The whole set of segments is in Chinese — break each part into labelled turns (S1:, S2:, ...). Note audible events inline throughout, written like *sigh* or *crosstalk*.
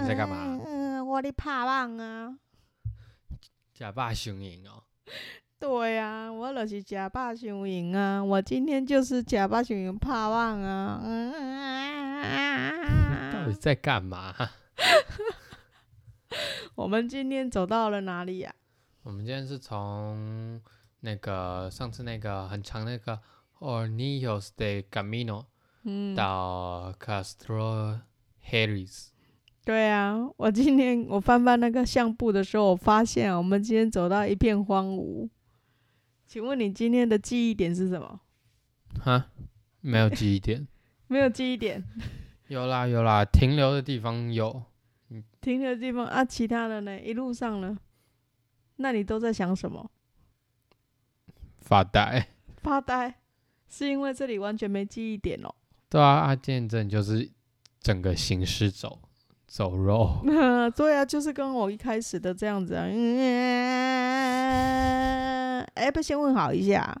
S1: 你在干嘛？
S2: 嗯，嗯我在拍网啊。
S1: 假霸雄鹰哦，
S2: 对啊，我就是假霸雄鹰啊！我今天就是假霸雄鹰拍网
S1: *laughs*
S2: 啊。嗯嗯啊
S1: 到底在干嘛？
S2: 我们今天走到了哪里啊呀、
S1: 我们今天是从那个上次那个很长那个 Ornios de Camino
S2: 嗯，
S1: 到 Castro Harris，
S2: 对啊，我今天我翻翻那个相簿的时候，我发现啊，我们今天走到一片荒芜。请问你今天的记忆点是什么？
S1: 哈，没有记忆点。
S2: 没有记忆点，
S1: 有啦有啦，停留的地方有，
S2: 停留的地方啊，其他的呢？一路上呢？那你都在想什么？
S1: 发呆。
S2: 发呆，是因为这里完全没记忆点哦。。
S1: 对啊，阿健真的就是整个行尸走走肉
S2: 对啊，就是跟我一开始的这样子啊。嗯，哎、不先问好一下，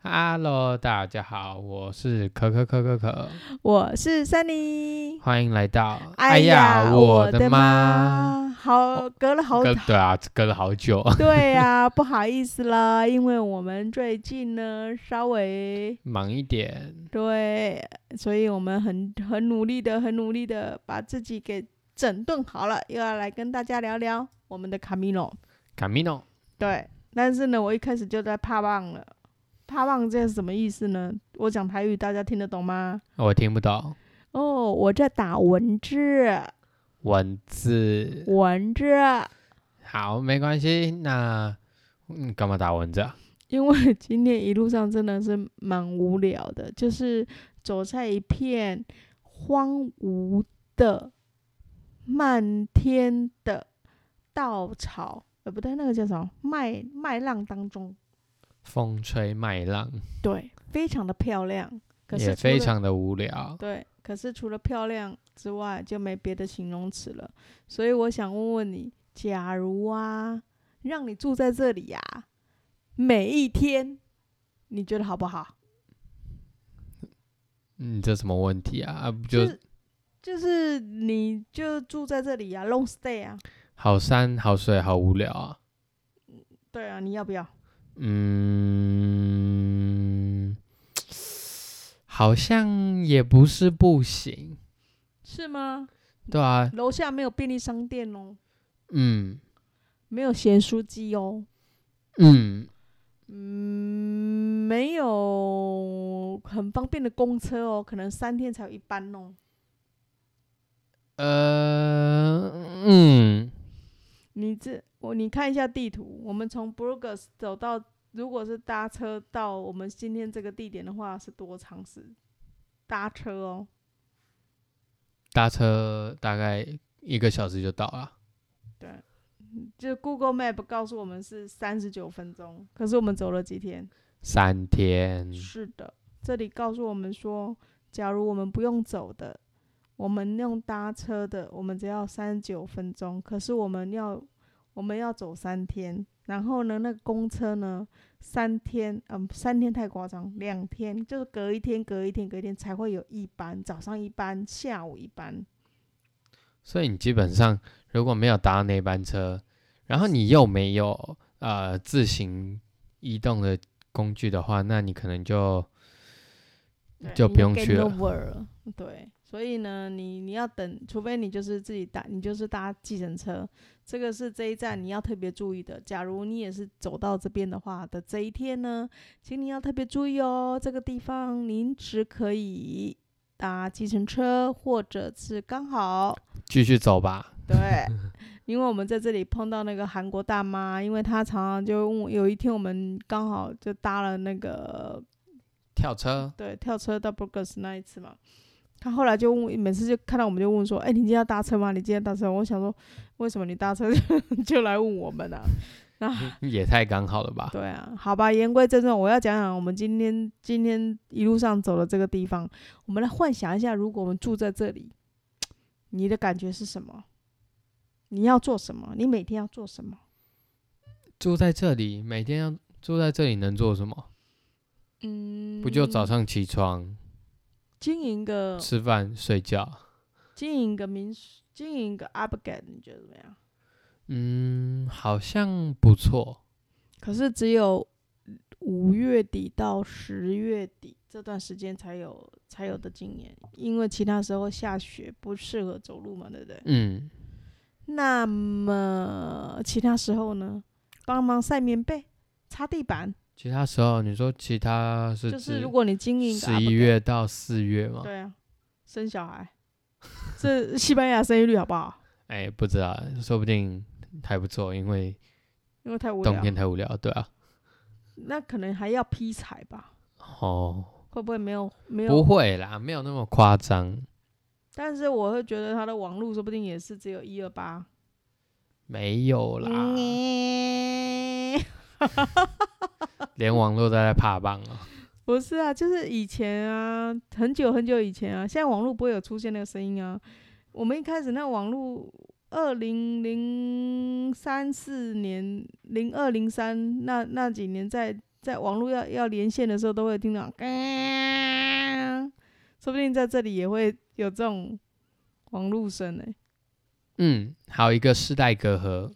S1: Hello，大家好，我是可可可可可，
S2: 我是珊妮。
S1: 欢迎来到。
S2: 哎呀，我的
S1: 妈！
S2: 妈！好，隔了好
S1: 隔对啊，隔了好久， *laughs*
S2: 对呀、不好意思啦，因为我们最近呢稍微
S1: 忙一点。
S2: 对，所以我们很很努力的、很努力的把自己给整顿好了，又要来跟大家聊聊我们的卡米诺。
S1: Camino
S2: 对，但是呢，我一开始就在怕忘了，怕忘这是什么意思呢？我讲台语，大家听得懂吗？
S1: 我听不懂
S2: 哦，我在打文字，
S1: 文字，
S2: 文字，
S1: 好，没关系。那嗯，干嘛打蚊子啊？
S2: 因为今天一路上真的是蛮无聊的，就是走在一片荒芜的、漫天的稻草，呃，不对，那个叫什么麦麦浪当中，
S1: 风吹麦浪，
S2: 对，非常的漂亮，可是
S1: 也
S2: 除了
S1: 非常的无聊。
S2: 对，可是除了漂亮之外，就没别的形容词了。所以我想问问你，假如啊，让你住在这里呀、每一天，你觉得好不好？
S1: 嗯，这什么问题啊？啊不就是
S2: 就是你就住在这里呀、l o n g stay 啊，
S1: 好山好水好无聊啊？
S2: 对啊，你要不要？
S1: 嗯，好像也不是不行。
S2: 是吗？
S1: 对啊，
S2: 楼下没有便利商店哦，
S1: 嗯
S2: 没有咸酥鸡哦，
S1: 嗯，
S2: 嗯，没有很方便的公车哦，可能三天才有一班哦。
S1: 呃，嗯，
S2: 你这我你看一下地图，我们从 Burgos 走到，如果是搭车到我们今天这个地点的话，是多长时？搭车哦，
S1: 搭车大概一个小时就到了。
S2: 就 Google Map 告诉我们是三十九分钟，可是我们走了几天？
S1: 三天，
S2: 是的，这里告诉我们说，假如我们不用走的，我们用搭车的，我们只要三十九分钟，可是我们要我们要走三天，然后呢，那个公车呢，三天，嗯，三天太夸张，两天就是隔一天、隔一天、隔一天才会有一班，早上一班，下午一班，
S1: 所以你基本上如果没有搭那班车，然后你又没有呃自行移动的工具的话，那你可能就
S2: 对
S1: 就
S2: 你
S1: 不用
S2: get
S1: 去了
S2: over 了。对，所以呢，你你要等，除非你就是自己搭，你就是搭计程车，这个是这一站你要特别注意的。假如你也是走到这边的话的这一天呢，请你要特别注意哦，这个地方您只可以搭计程车，或者是刚
S1: *laughs*
S2: 好
S1: 继续走吧。
S2: 对，因为我们在这里碰到那个韩国大妈，因为她常常就问我，有一天我们刚好就搭了那个
S1: 跳车，
S2: 对跳车到 Burgers 那一次嘛，她后来就问我，每次就看到我们就问说，哎、你今天要搭车吗？你今天搭车吗？我想说，为什么你搭车 *laughs* 就就来问我们呢、啊？然后
S1: 也太刚好了吧？
S2: 对啊，好吧，言归正传，我要讲讲我们今天今天一路上走的这个地方，我们来幻想一下，如果我们住在这里，你的感觉是什么？你要做什么？你每天要做什么？
S1: 住在这里，每天要住在这里能做什么？
S2: 嗯
S1: 嗯不就早上起床、
S2: 经营个
S1: 吃饭、睡觉？
S2: 经营一个民宿，经营一个 u p g a t e 你觉得怎么样？
S1: 嗯，好像不错。
S2: 可是只有五月底到十月底这段时间才有才有的经验，因为其他时候下雪不适合走路嘛，对不对？
S1: 嗯，
S2: 那么其他时候呢？帮忙晒棉被、擦地板，
S1: 其他时候你说其他是
S2: 就是如果你经营一个
S1: 十
S2: upgrade，
S1: 一月到四月吗？
S2: 啊对啊，生小
S1: *laughs*
S2: 孩，这西班牙生育率好不好？
S1: 哎、不知道，说不定还不错，因为
S2: 因为太无
S1: 冬
S2: 聊，
S1: 天太无聊，对啊。
S2: 那可能还要劈柴吧？
S1: 哦，
S2: 会不会没有没有
S1: 不会啦，没有那么夸张，
S2: 但是我会觉得它的网络说不定也是只有一二八。
S1: 没有啦，
S2: 嗯 *laughs*
S1: 连网络都在怕棒哦。
S2: 不是啊，就是以前啊，很久很久以前啊，现在网络不会有出现那个声音啊。我们一开始那个网络，二零零三四年、零二零三那那几年在，在网络要要连线的时候，都会听到， *laughs* 嗯说不定在这里也会有这种网络声呢、
S1: 嗯，还有一个世代隔阂，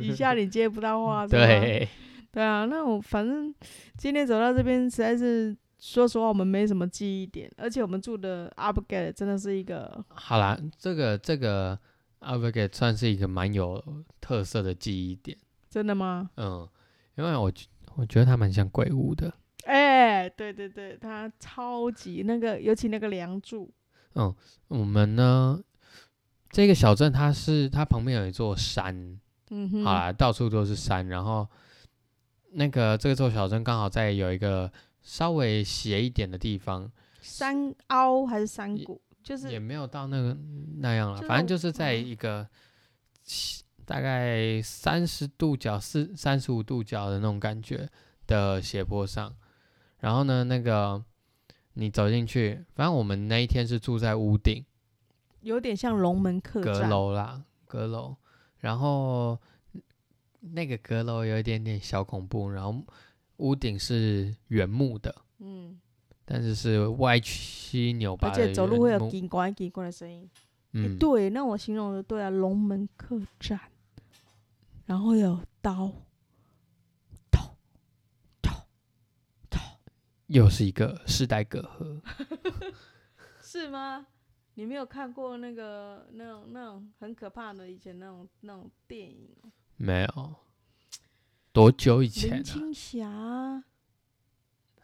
S2: 一下你接不到话，是吗
S1: *laughs* 对，
S2: 对啊，那我反正今天走到这边，实在是说实话，我们没什么记忆点，而且我们住的 Upgate 真的是一个，
S1: 好啦，这个这个 a v g a t 算是一个蛮有特色的记忆点，
S2: 真的吗？
S1: 嗯，因为我觉我觉得它蛮像鬼屋的，
S2: 哎、对对对，它超级那个，尤其那个梁柱，
S1: 我们呢，这个小镇它是它旁边有一座山，
S2: 嗯哼，
S1: 好啦，到处都是山，然后那个这座小镇刚好在有一个稍微斜一点的地方，
S2: 山凹还是山谷，就
S1: 也
S2: 是
S1: 没有到那个那样了，
S2: 就是
S1: 反正
S2: 我
S1: 就是在
S2: 嗯
S1: 一个西大概三十度角、四三十五度角的那种感觉的斜坡上。然后呢，那个你走进去，反正我们那一天是住在屋顶
S2: 有点像龙门客
S1: 阁
S2: 栈，
S1: 楼啦，阁楼。然后那个阁楼有一点点小恐怖，然后屋顶是原木的，
S2: 嗯，
S1: 但是是歪七扭八
S2: 而
S1: 的原木，
S2: 且走路会有奇怪奇怪的声音。欸
S1: 嗯，
S2: 对，那我形容的对啊，龙门客栈，然后有刀，
S1: 又是一个世代隔阂。
S2: 是吗？你没有看过那个那种那种很可怕的以前那种那种电影哦，
S1: 没有，多久以前
S2: 林
S1: 啊？
S2: 青霞啊、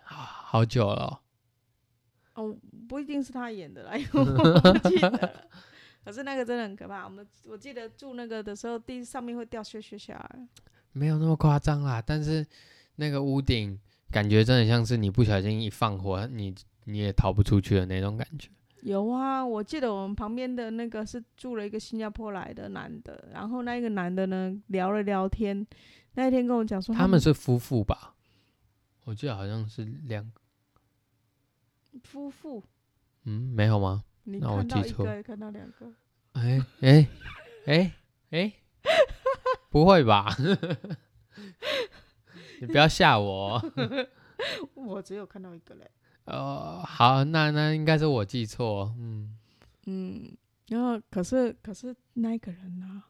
S1: 好好久了哦、
S2: 哦，不一定是她演的啦，因为我不记得了。可是那个真的很可怕，我们我记得住那个的时候，地上面会掉屑屑下来。
S1: 没有那么夸张啦。但是那个屋顶感觉真的像是你不小心一放火，你你也逃不出去的那种感觉。
S2: 有啊，我记得我们旁边的那个是住了一个新加坡来的男的，然后那一个男的呢聊了聊天，那一天跟我讲说
S1: 他们是夫妇吧？我记得好像是两个，
S2: 夫妇，
S1: 嗯，没有吗？
S2: 你
S1: 那我
S2: 看到
S1: 记
S2: 一
S1: 错
S2: 个，也看到两个，
S1: 哎哎哎哎，不会吧？ *laughs* 你不要吓我哦。
S2: 我只有看到一个嘞。
S1: 呃，好，那那应该是我记错，嗯。
S2: 嗯，然后可是可是那一个人呢、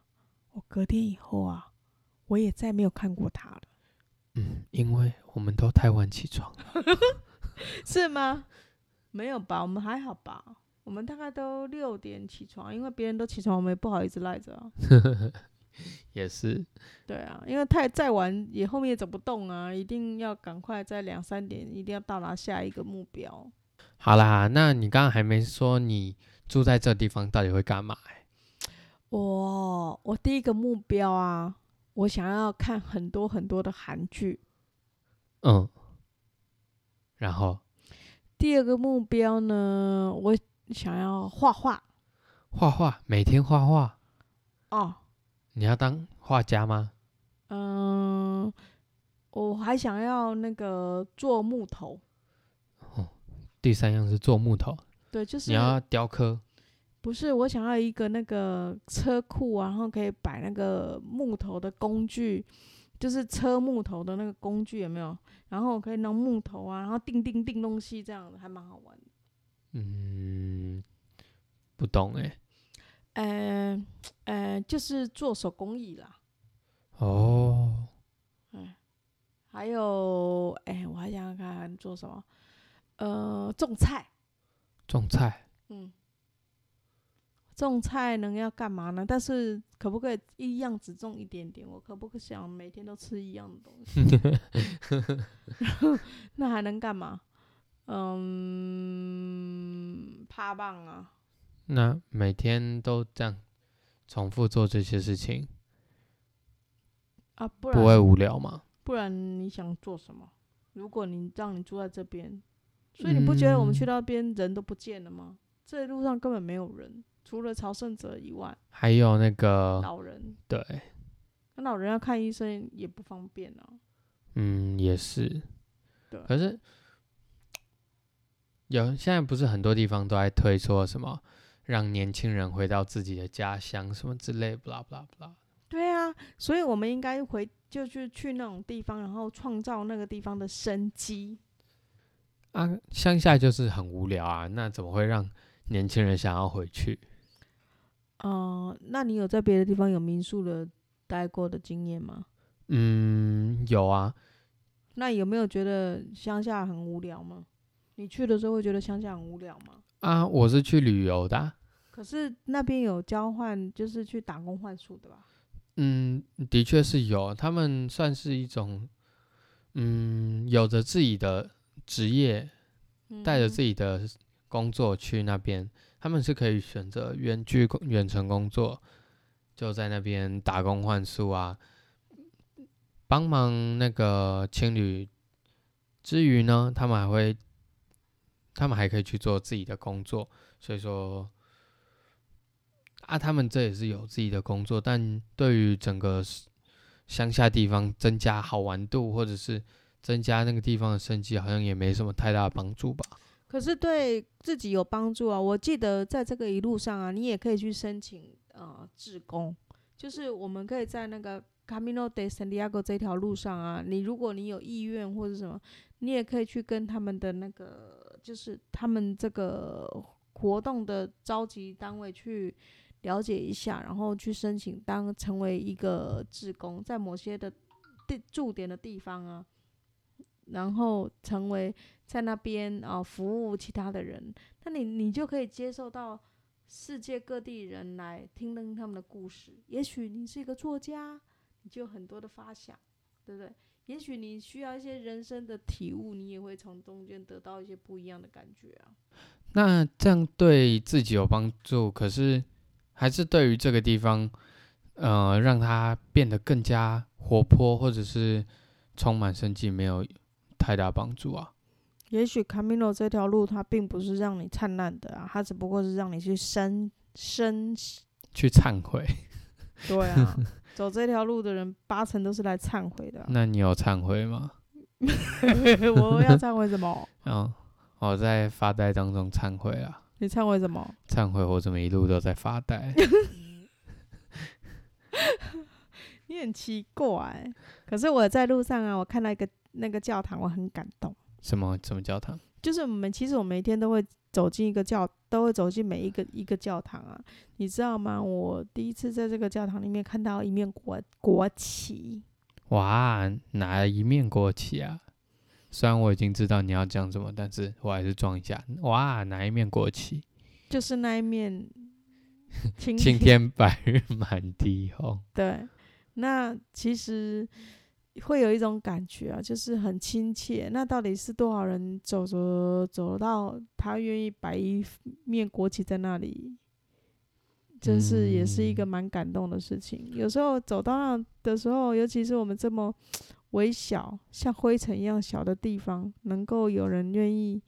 S2: 我隔天以后啊，我也再没有看过他了，
S1: 嗯，因为我们都太晚起床了。
S2: 是吗？没有吧，我们还好吧，我们大概都六点起床，因为别人都起床，我们也不好意思赖着啊。
S1: *laughs* 也是，
S2: 对啊，因为太再晚也后面也走不动啊，一定要赶快在两三点，一定要到达下一个目标。
S1: 好啦，那你刚刚还没说你住在这地方到底会干嘛欸、
S2: 我我第一个目标啊，我想要看很多很多的韩剧。
S1: 嗯，然后
S2: 第二个目标呢，我想要画画
S1: 画画，每天画画，
S2: 哦，
S1: 你要当画家吗？
S2: 嗯、我还想要那个做木头，
S1: 第三样是做木头，
S2: 对，就是
S1: 你要雕刻。
S2: 不是我想要一个那个车库啊，然后可以摆那个木头的工具，就是车木头的那个工具有没有？然后我可以弄木头啊，然后钉钉钉东西这样的，还蛮好玩的。
S1: 嗯，不懂哎、
S2: 呃呃，就是做手工艺啦，
S1: 哦，
S2: 还有哎，我还想想看做什么，呃，种菜，
S1: 种菜
S2: 嗯，种菜能要干嘛呢？但是可不可以一样只种一点点？我可不可想每天都吃一样的东西？那还能干嘛？嗯，趴棒啊，
S1: 那每天都这样重复做这些事情，
S2: 啊，不然
S1: 不会无聊吗？
S2: 不然你想做什么？如果你让你住在这边，所以你不觉得我们去
S1: 嗯
S2: 到那边人都不见了吗？这路上根本没有人，除了朝圣者以外，
S1: 还有那个，
S2: 老人，
S1: 对，
S2: 那老人要看医生也不方便啊。
S1: 嗯，也是。
S2: 对
S1: 可是有现在不是很多地方都在推说什么让年轻人回到自己的家乡什么之类，不啦不啦不啦。
S2: 对啊，所以我们应该回就是去那种地方，然后创造那个地方的生机。
S1: 啊，乡下就是很无聊啊，那怎么会让年轻人想要回去？
S2: 哦、那你有在别的地方有民宿的待过的经验吗？
S1: 嗯，有啊，
S2: 那有没有觉得乡下很无聊吗？你去的时候会觉得乡下很无聊吗？
S1: 啊，我是去旅游的啊、
S2: 可是那边有交换，就是去打工换宿的吧？
S1: 嗯，的确是有，他们算是一种，嗯，有着自己的职业，带着自
S2: 己，
S1: 己的工作去那边，他们是可以选择远距工远程工作，就在那边打工换宿啊，帮忙那个情侣之余呢，他们还会，他们还可以去做自己的工作，所以说。啊，他们这也是有自己的工作，但对于整个 s- 乡下地方增加好玩度，或者是增加那个地方的生机，好像也没什么太大的帮助吧。
S2: 可是对自己有帮助啊！我记得在这个一路上啊，你也可以去申请呃志工，就是我们可以在那个 Camino de Santiago 这条路上啊，你如果你有意愿或者什么，你也可以去跟他们的那个就是他们这个活动的召集单位去了解一下，然后去申请当成为一个志工，在某些的地驻点的地方啊，然后成为在那边啊、呃服务其他的人，那你你就可以接受到世界各地人来听听他们的故事。也许你是一个作家，你就有很多的发想，对不对？也许你需要一些人生的体悟，你也会从中间得到一些不一样的感觉啊。
S1: 那这样对自己有帮助，可是还是对于这个地方，呃，让它变得更加活泼，或者是充满生机，没有太大帮助啊。
S2: 也许 Camino 这条路它并不是让你灿烂的啊，它只不过是让你去深深
S1: 去忏悔，
S2: 对啊，走这条路的人八成都是来忏悔
S1: *laughs*
S2: 的、啊
S1: 那你有忏悔吗？
S2: 我要忏悔什么？
S1: 嗯，我在发呆当中忏悔啊，
S2: 你忏悔什么？
S1: 忏悔我怎么一路都在发呆。
S2: 你很奇怪，可是我在路上啊，我看到一个那个教堂，我很感动。
S1: 什么什么教堂？
S2: 就是我们其实我每天都会走进一个教，都会走进每一个一个教堂啊，你知道吗？我第一次在这个教堂里面看到一面国国旗，
S1: 哇，哪一面国旗啊？虽然我已经知道你要讲什么，但是我还是装一下。哇，哪一面国旗？
S2: 就是那一面 *laughs* 青
S1: *laughs* 青天白日满地红。
S2: 对，那其实会有一种感觉啊，就是很亲切。那到底是多少人走走走到他愿意摆一面国旗在那里，真是也是一个
S1: 嗯
S2: 蛮感动的事情。有时候走到那的时候，尤其是我们这么微小、像灰尘一样小的地方，能够有人愿意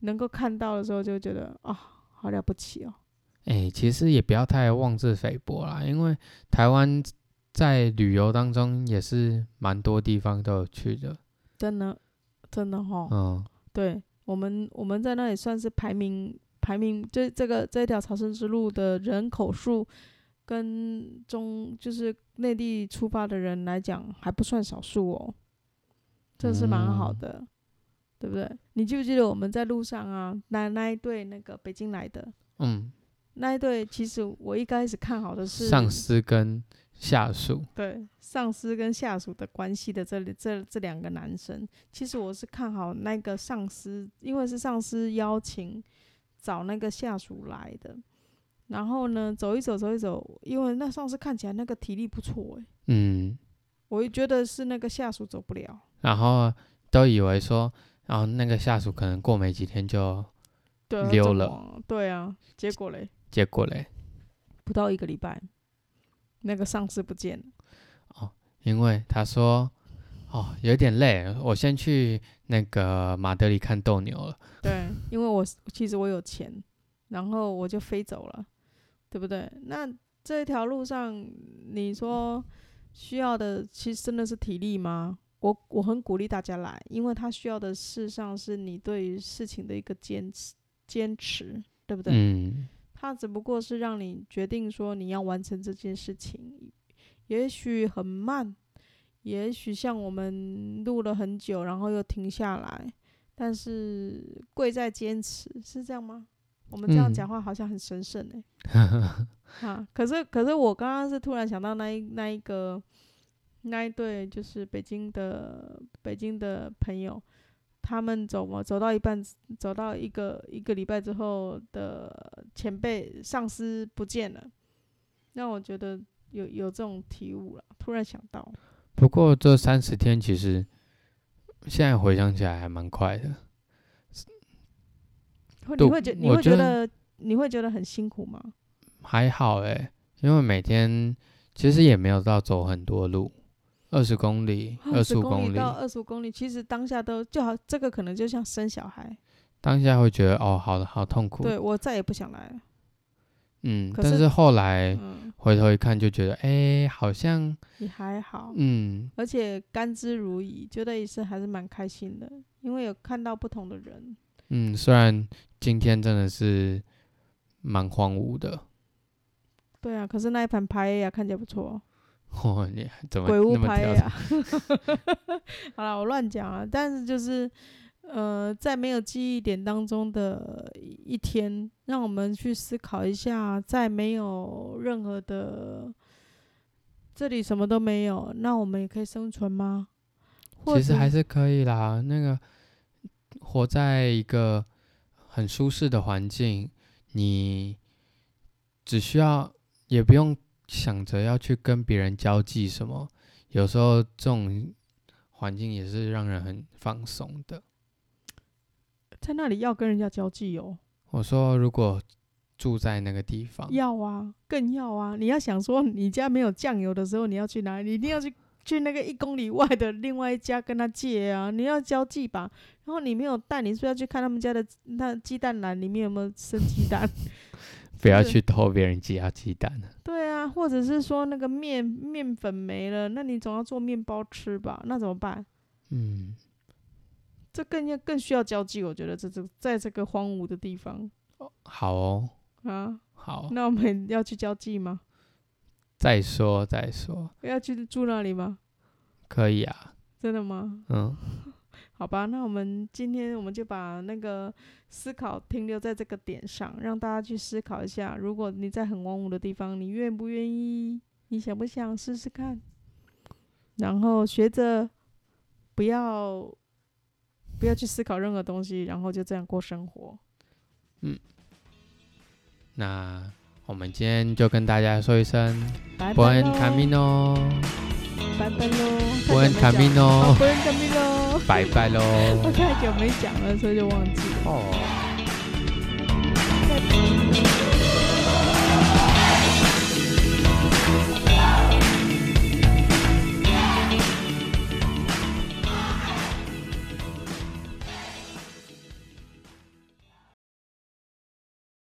S2: 能够看到的时候，就觉得啊、好了不起哦。
S1: 哎、其实也不要太妄自菲薄啦，因为台湾在旅游当中也是蛮多地方都有去的。
S2: 真的，真的哦哈、
S1: 嗯，
S2: 对我们，我们在那里算是排名排名，这这个这条朝圣之路的人口数跟中就是内地出发的人来讲，还不算少数哦，这是蛮好
S1: 嗯
S2: 的，对不对？你记不记得我们在路上啊，那那一对那个北京来的，
S1: 嗯，
S2: 那一对其实我一开始看好的是
S1: 上司跟下属，
S2: 对上司跟下属的关系的这里这这两个男生，其实我是看好那个上司，因为是上司邀请找那个下属来的。然后呢，走一走，走一走，因为那上司看起来那个体力不错诶、欸
S1: 嗯，
S2: 我也觉得是那个下属走不了，
S1: 然后都以为说，然、后那个下属可能过没几天就
S2: 对啊，
S1: 溜
S2: 怎
S1: 了
S2: 么，对啊，结果嘞，
S1: 结果嘞，
S2: 不到一个礼拜，那个上司不见了，
S1: 因为他说，哦，有点累，我先去那个马德里看斗牛了。
S2: 对，因为我其实我有钱，然后我就飞走了，对不对？那这条路上，你说需要的其实真的是体力吗？我我很鼓励大家来，因为他需要的事实上是你对于事情的一个坚持，坚持，对不对？
S1: 嗯，
S2: 它只不过是让你决定说你要完成这件事情，也许很慢，也许像我们录了很久，然后又停下来，但是贵在坚持，是这样吗？我们这样
S1: 嗯
S2: 讲话好像很神圣哎、啊！可是可是我刚刚是突然想到那一那一个那一对就是北京的北京的朋友，他们走嘛走到一半，走到一个一个礼拜之后的前辈上司不见了，让我觉得有有这种体悟了。突然想到，
S1: 不过这三十天其实现在回想起来还蛮快的。
S2: 会
S1: 对
S2: 你会觉你
S1: 我
S2: 会
S1: 觉
S2: 觉得你会觉得很辛苦吗？
S1: 还好诶，因为每天其实也没有到走很多路，二十公里、二十
S2: 十
S1: 五
S2: 公
S1: 里，
S2: 到二十五公里，其实当下都就好，这个可能就像生小孩，
S1: 当下会觉得哦，好的，好痛苦。
S2: 对我再也不想来了。
S1: 嗯，
S2: 可
S1: 但
S2: 是
S1: 是后来
S2: 嗯，
S1: 回头一看，就觉得哎，好像
S2: 你还好，
S1: 嗯，
S2: 而且甘之如饴，觉得也是还是蛮开心的，因为有看到不同的人。
S1: 嗯，虽然今天真的是蛮荒芜的， *laughs*
S2: 对啊，可是那一盘牌呀、看起来不错哦。
S1: 哦，你怎么
S2: 鬼屋
S1: 那么
S2: 拍啊
S1: 挑
S2: 呀、 *laughs* 好了，我乱讲啊，但是就是，呃，在没有记忆点当中的一天，让我们去思考一下，在没有任何的这里什么都没有，那我们也可以生存吗？或
S1: 其实
S2: 者
S1: 还是可以啦。那个活在一个很舒适的环境，你只需要也不用想着要去跟别人交际什么。有时候这种环境也是让人很放松的。
S2: 在那里要跟人家交际哦，
S1: 我说，如果住在那个地方，
S2: 要啊，更要啊！你要想说你家没有酱油的时候，你要去哪里？你一定要去去那个一公里外的另外一家跟他借啊！你要交际吧。然后你没有蛋，你是要去看他们家的那鸡蛋篮里面有没有生鸡蛋？
S1: 不要
S2: 是
S1: 去偷别人家鸡蛋了。
S2: 对啊，或者是说那个面面粉没了，那你总要做面包吃吧？那怎么办？
S1: 嗯，
S2: 这更要更需要交际，我觉得这这在这个荒芜的地方
S1: 好哦，
S2: 啊，
S1: 好，哦
S2: 那我们要去交际吗？
S1: 再说再说，
S2: 要去住那里吗？
S1: 可以啊，
S2: 真的吗？
S1: 嗯，
S2: 好吧，那我们今天我们就把那个思考停留在这个点上，让大家去思考一下，如果你在很荒芜的地方，你愿不愿意？你想不想试试看？然后学着不要不要去思考任何东西，然后就这样过生活。
S1: 那我们今天就跟大家说一声
S2: 拜拜
S1: Buen
S2: 喽，
S1: camino，
S2: 拜拜喽
S1: Buen
S2: 太久没讲
S1: camino
S2: 哦 Buen *laughs* camino，
S1: 拜拜喽。
S2: 我太久没讲了，所以就忘记了。
S1: 哦。
S2: 拜拜